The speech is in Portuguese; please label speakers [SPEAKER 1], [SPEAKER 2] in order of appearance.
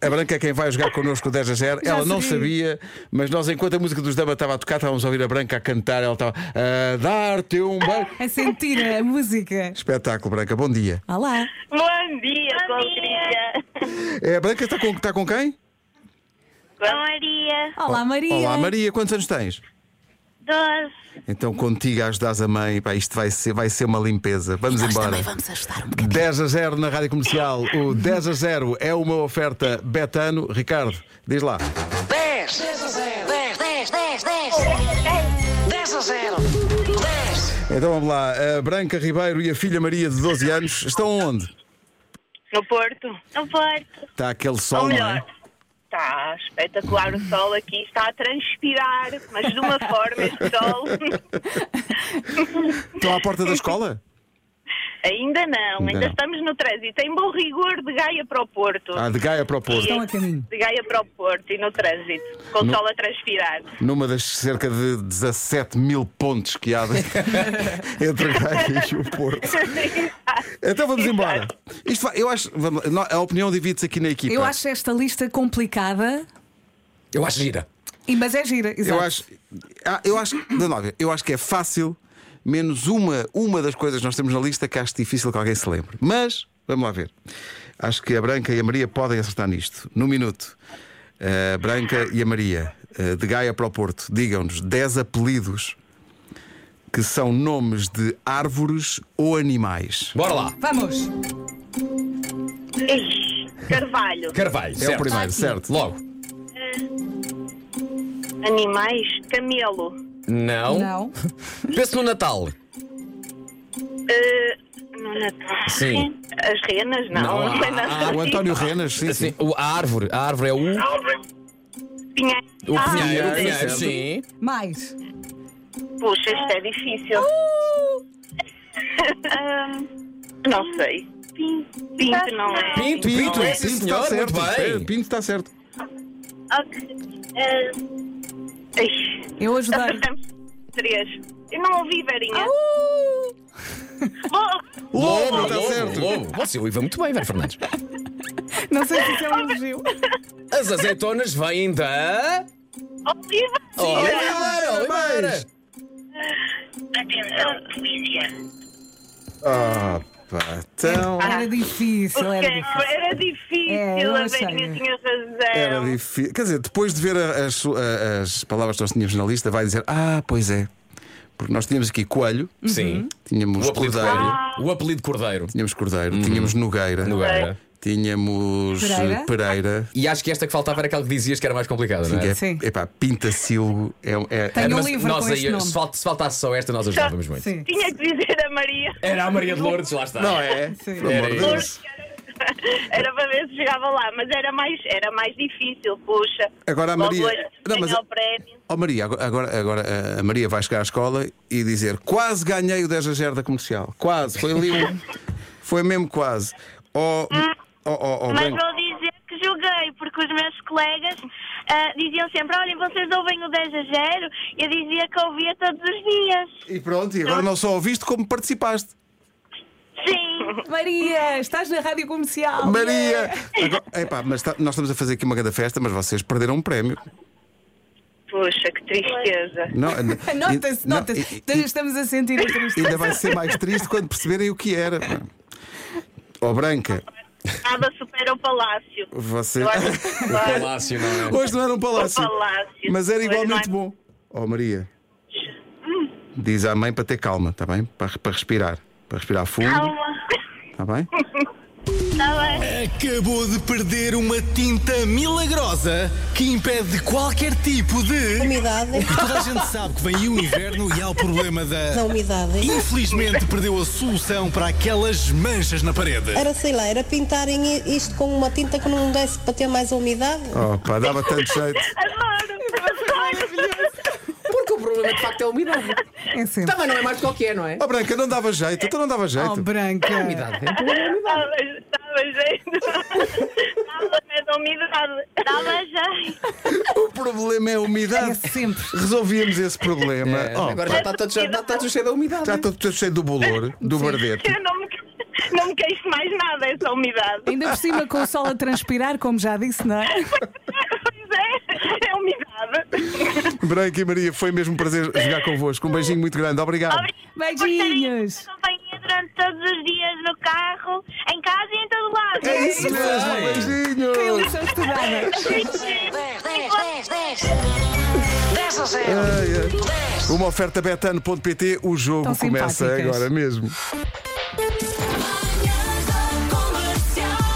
[SPEAKER 1] A Branca é quem vai jogar connosco o 10 a 0.
[SPEAKER 2] Já
[SPEAKER 1] ela não
[SPEAKER 2] sabia.
[SPEAKER 1] sabia, mas nós, enquanto a música dos Dama estava a tocar, estávamos a ouvir a Branca a cantar. Ela estava a dar-te um beijo.
[SPEAKER 2] A sentir a música.
[SPEAKER 1] Espetáculo, Branca. Bom dia.
[SPEAKER 2] Olá.
[SPEAKER 3] Bom dia, com Maria.
[SPEAKER 1] É, a Branca está com, está com quem?
[SPEAKER 3] Com Maria.
[SPEAKER 2] Olá, Maria.
[SPEAKER 1] Olá, Maria. Quantos anos tens?
[SPEAKER 3] Doce.
[SPEAKER 1] Então, contigo a ajudares a mãe. Pá, isto vai ser, vai ser uma limpeza. Vamos
[SPEAKER 4] Nós
[SPEAKER 1] embora.
[SPEAKER 4] também vamos ajudar um bocadinho.
[SPEAKER 1] 10 a 0 na rádio comercial. O 10 a 0 é uma oferta betano. Ricardo, diz lá.
[SPEAKER 5] 10 10 10 10 10 10 a 0 10
[SPEAKER 1] Então vamos lá. A Branca Ribeiro e a filha Maria, de 12 anos, estão onde?
[SPEAKER 6] No Porto.
[SPEAKER 3] No Porto.
[SPEAKER 1] Está aquele
[SPEAKER 6] Ou
[SPEAKER 1] sol, não é?
[SPEAKER 6] melhor, está espetacular o sol aqui, está a transpirar, mas de uma forma este sol.
[SPEAKER 1] Estão à porta da escola?
[SPEAKER 6] Ainda não,
[SPEAKER 1] Ainda
[SPEAKER 6] ainda
[SPEAKER 1] não.
[SPEAKER 6] estamos no trânsito. Tem bom rigor de Gaia para o Porto.
[SPEAKER 1] Ah, de Gaia para o Porto.
[SPEAKER 2] Estão a caminho.
[SPEAKER 6] De Gaia para o Porto e no trânsito, com
[SPEAKER 1] No-
[SPEAKER 6] o sol a transpirar.
[SPEAKER 1] Numa das cerca de 17 mil pontes que há de- entre Gaia e o Porto. Então vamos embora. Isto vai- eu acho, vamos lá, nó- a opinião divide-se aqui na equipa.
[SPEAKER 2] Eu acho esta lista complicada,
[SPEAKER 4] Eu acho gira.
[SPEAKER 2] e- mas é gira.
[SPEAKER 1] Eu
[SPEAKER 2] Exato.
[SPEAKER 1] acho, ah, eu acho, não, não, eu acho que é fácil, menos uma, uma das coisas que nós temos na lista que acho difícil que alguém se lembre. Mas, vamos lá ver. Acho que a Branca e a Maria podem acertar nisto. No minuto, a Branca e a Maria, eh, de Gaia para o Porto, digam-nos 10 apelidos que são nomes de árvores ou animais.
[SPEAKER 4] Bora lá.
[SPEAKER 2] Vamos.
[SPEAKER 6] Ei, Carvalho,
[SPEAKER 4] Carvalho.
[SPEAKER 1] É o primeiro, certo?
[SPEAKER 4] Logo.
[SPEAKER 6] animais, camelo,
[SPEAKER 4] Não.
[SPEAKER 2] Não.
[SPEAKER 4] Pensa no Natal.
[SPEAKER 6] eh, no Natal.
[SPEAKER 4] Sim.
[SPEAKER 6] As renas, não,
[SPEAKER 4] Não,
[SPEAKER 6] não,
[SPEAKER 4] há-
[SPEAKER 6] foi
[SPEAKER 4] há-
[SPEAKER 6] nada.
[SPEAKER 1] O António Renas, sim, sim. Ah,
[SPEAKER 4] Assim, o- a árvore. A árvore é o.
[SPEAKER 6] Pinheiro.
[SPEAKER 4] O
[SPEAKER 6] Ah,
[SPEAKER 4] pinheiro. o
[SPEAKER 1] é
[SPEAKER 4] pinheiro,
[SPEAKER 1] certo.
[SPEAKER 4] sim.
[SPEAKER 2] Mais.
[SPEAKER 6] Puxa, isto é difícil.
[SPEAKER 2] Uh!
[SPEAKER 6] Não sei. Pinto, não é.
[SPEAKER 4] Pinto, pinto.
[SPEAKER 6] não é.
[SPEAKER 4] sim,
[SPEAKER 1] Pinto está
[SPEAKER 4] senhor,
[SPEAKER 1] certo.
[SPEAKER 4] muito bem.
[SPEAKER 1] Pinto está certo.
[SPEAKER 6] Ok. Ah,
[SPEAKER 2] Uh,
[SPEAKER 6] Ai,
[SPEAKER 2] Eu ajudei.
[SPEAKER 6] acertamos três. Eu não ouvi, Verinha. Oh, Bom,
[SPEAKER 1] Lobo,
[SPEAKER 4] Lobo,
[SPEAKER 1] está certo.
[SPEAKER 4] lobo. Você ouve muito bem, Vera Fernandes.
[SPEAKER 2] Não sei se isso é um elogio.
[SPEAKER 4] As azeitonas vêm da.
[SPEAKER 6] oh, Oliva.
[SPEAKER 4] Oliveira, Oliveira.
[SPEAKER 1] mais.
[SPEAKER 6] Atenção, polícia.
[SPEAKER 1] Ah, pá, então.
[SPEAKER 2] Era difícil, era difícil.
[SPEAKER 6] Era difícil,
[SPEAKER 2] É, eu
[SPEAKER 6] a
[SPEAKER 2] achei.
[SPEAKER 6] Verinha tinha razão.
[SPEAKER 1] Era difícil. Quer dizer, depois de ver a- as, su- a- as palavras que nós tínhamos na lista, vai dizer: Ah, pois é. Porque nós tínhamos aqui coelho, Uhum.
[SPEAKER 4] Sim.
[SPEAKER 1] tínhamos
[SPEAKER 4] O apelido
[SPEAKER 1] cordeiro,
[SPEAKER 4] cordeiro. O apelido cordeiro.
[SPEAKER 1] tínhamos cordeiro, tínhamos nogueira,
[SPEAKER 4] Nogueira.
[SPEAKER 1] tínhamos eh,
[SPEAKER 2] Pereira.
[SPEAKER 1] pereira.
[SPEAKER 4] E acho que esta que faltava era aquela que dizias que era mais complicada, não
[SPEAKER 1] que
[SPEAKER 4] é?
[SPEAKER 1] é-
[SPEAKER 2] Sim.
[SPEAKER 1] Epá, pinta-silgo. É, é-
[SPEAKER 2] Tem Tenho um
[SPEAKER 4] Mas
[SPEAKER 2] livro
[SPEAKER 4] nós
[SPEAKER 2] com
[SPEAKER 4] aí,
[SPEAKER 2] este nome.
[SPEAKER 4] Se, falt- se faltasse só esta, nós ajudávamos muito.
[SPEAKER 2] Sim.
[SPEAKER 6] Tinha que dizer a Maria.
[SPEAKER 4] Era a Maria de Lourdes, lá está.
[SPEAKER 1] Não é?
[SPEAKER 2] Sim.
[SPEAKER 1] Pelo amor de
[SPEAKER 4] Era
[SPEAKER 1] Deus.
[SPEAKER 4] isso.
[SPEAKER 6] Era para ver se chegava lá, mas era mais, era mais difícil, puxa.
[SPEAKER 1] Agora a
[SPEAKER 6] Logo
[SPEAKER 1] Maria-
[SPEAKER 6] hoje
[SPEAKER 1] Não, mas-
[SPEAKER 6] ganhou o prémio.
[SPEAKER 1] Ó Oh, Maria, agora- agora, agora a Maria vai chegar à escola e dizer: Quase ganhei o 10 a 0 da comercial. Quase. Foi ali um. Foi mesmo quase. Oh, Ó. ó, ó, ó,
[SPEAKER 3] Mas
[SPEAKER 1] Branco.
[SPEAKER 3] vou dizer que joguei, porque os meus colegas ah, diziam sempre: olhem, vocês ouvem o 10 a 0? Eu dizia que ouvia todos os dias.
[SPEAKER 1] E pronto, e agora não só ouviste como participaste.
[SPEAKER 3] Sim.
[SPEAKER 2] Maria, estás na rádio comercial.
[SPEAKER 1] Maria! Agora- epá, mas tá- nós estamos a fazer aqui uma grande festa, mas vocês perderam um prémio.
[SPEAKER 6] Puxa, que tristeza.
[SPEAKER 1] Não,
[SPEAKER 2] Nota-se,
[SPEAKER 1] não,
[SPEAKER 2] nota-se.
[SPEAKER 1] e- e-
[SPEAKER 2] Estamos a sentir a tristeza.
[SPEAKER 1] Ainda vai ser mais triste quando perceberem o que era. Ó Branca,
[SPEAKER 6] Nada supera o palácio.
[SPEAKER 1] você.
[SPEAKER 6] Eu acho que-
[SPEAKER 4] Palácio, não é?
[SPEAKER 1] Hoje não era um palácio.
[SPEAKER 6] O palácio.
[SPEAKER 1] Mas era
[SPEAKER 6] Hoje
[SPEAKER 1] igualmente
[SPEAKER 6] não é-
[SPEAKER 1] bom. Ó Maria, diz à mãe para ter calma, está bem? Para, para respirar. Para respirar
[SPEAKER 6] Tá
[SPEAKER 1] fundo, está bem?
[SPEAKER 3] Está
[SPEAKER 7] É.
[SPEAKER 3] bem.
[SPEAKER 8] Acabou de perder uma tinta milagrosa que impede
[SPEAKER 7] Qualquer tipo de.
[SPEAKER 9] Umidade,
[SPEAKER 7] E toda a gente sabe que vem aí o inverno e há o problema
[SPEAKER 9] da
[SPEAKER 7] da.
[SPEAKER 9] umidade.
[SPEAKER 7] Infelizmente perdeu a solução para aquelas manchas na parede.
[SPEAKER 9] Era, sei lá, era pintarem i- isto com uma tinta que não desse para ter mais umidade.
[SPEAKER 1] Oh, pá, dava tanto jeito.
[SPEAKER 6] Adoro!
[SPEAKER 10] Porque o problema de facto é a umidade.
[SPEAKER 2] É sempre.
[SPEAKER 10] Também não é mais qualquer, não é?
[SPEAKER 1] Ó Branca, não dava jeito, então não dava
[SPEAKER 2] Oh,
[SPEAKER 1] jeito.
[SPEAKER 2] branca.
[SPEAKER 6] Estava estava jeito. Estava medo da umidade.
[SPEAKER 3] Dava jeito.
[SPEAKER 1] O problema é a
[SPEAKER 2] É
[SPEAKER 1] umidade.
[SPEAKER 2] sempre.
[SPEAKER 1] Resolvíamos esse problema.
[SPEAKER 10] É,
[SPEAKER 1] Oh,
[SPEAKER 10] agora já está todo cheio- está todo cheio da umidade.
[SPEAKER 1] já estou todo cheio do bolor, do bardete.
[SPEAKER 6] Eu não me, Não me queixo de mais nada, é só umidade.
[SPEAKER 2] Ainda por cima com o sol a transpirar, como já disse, não é?
[SPEAKER 6] Pois é, é umidade.
[SPEAKER 1] Branca e Maria, foi mesmo um prazer jogar convosco. Um beijinho muito grande. Obrigado.
[SPEAKER 6] Obrigada por
[SPEAKER 2] Beijinhos.
[SPEAKER 6] terem companhia durante todos os dias no carro, em casa e em todo lado.
[SPEAKER 1] É isso mesmo.
[SPEAKER 4] Bem.
[SPEAKER 2] Que
[SPEAKER 1] Beijinhos.
[SPEAKER 2] lição estudada.
[SPEAKER 5] 10, 10, 10, 10. 10 a 0.
[SPEAKER 1] Uma oferta betano.pt. O jogo
[SPEAKER 2] Tão
[SPEAKER 1] começa
[SPEAKER 2] simpáticas.
[SPEAKER 1] agora mesmo.
[SPEAKER 11] Manhãs da Comercial.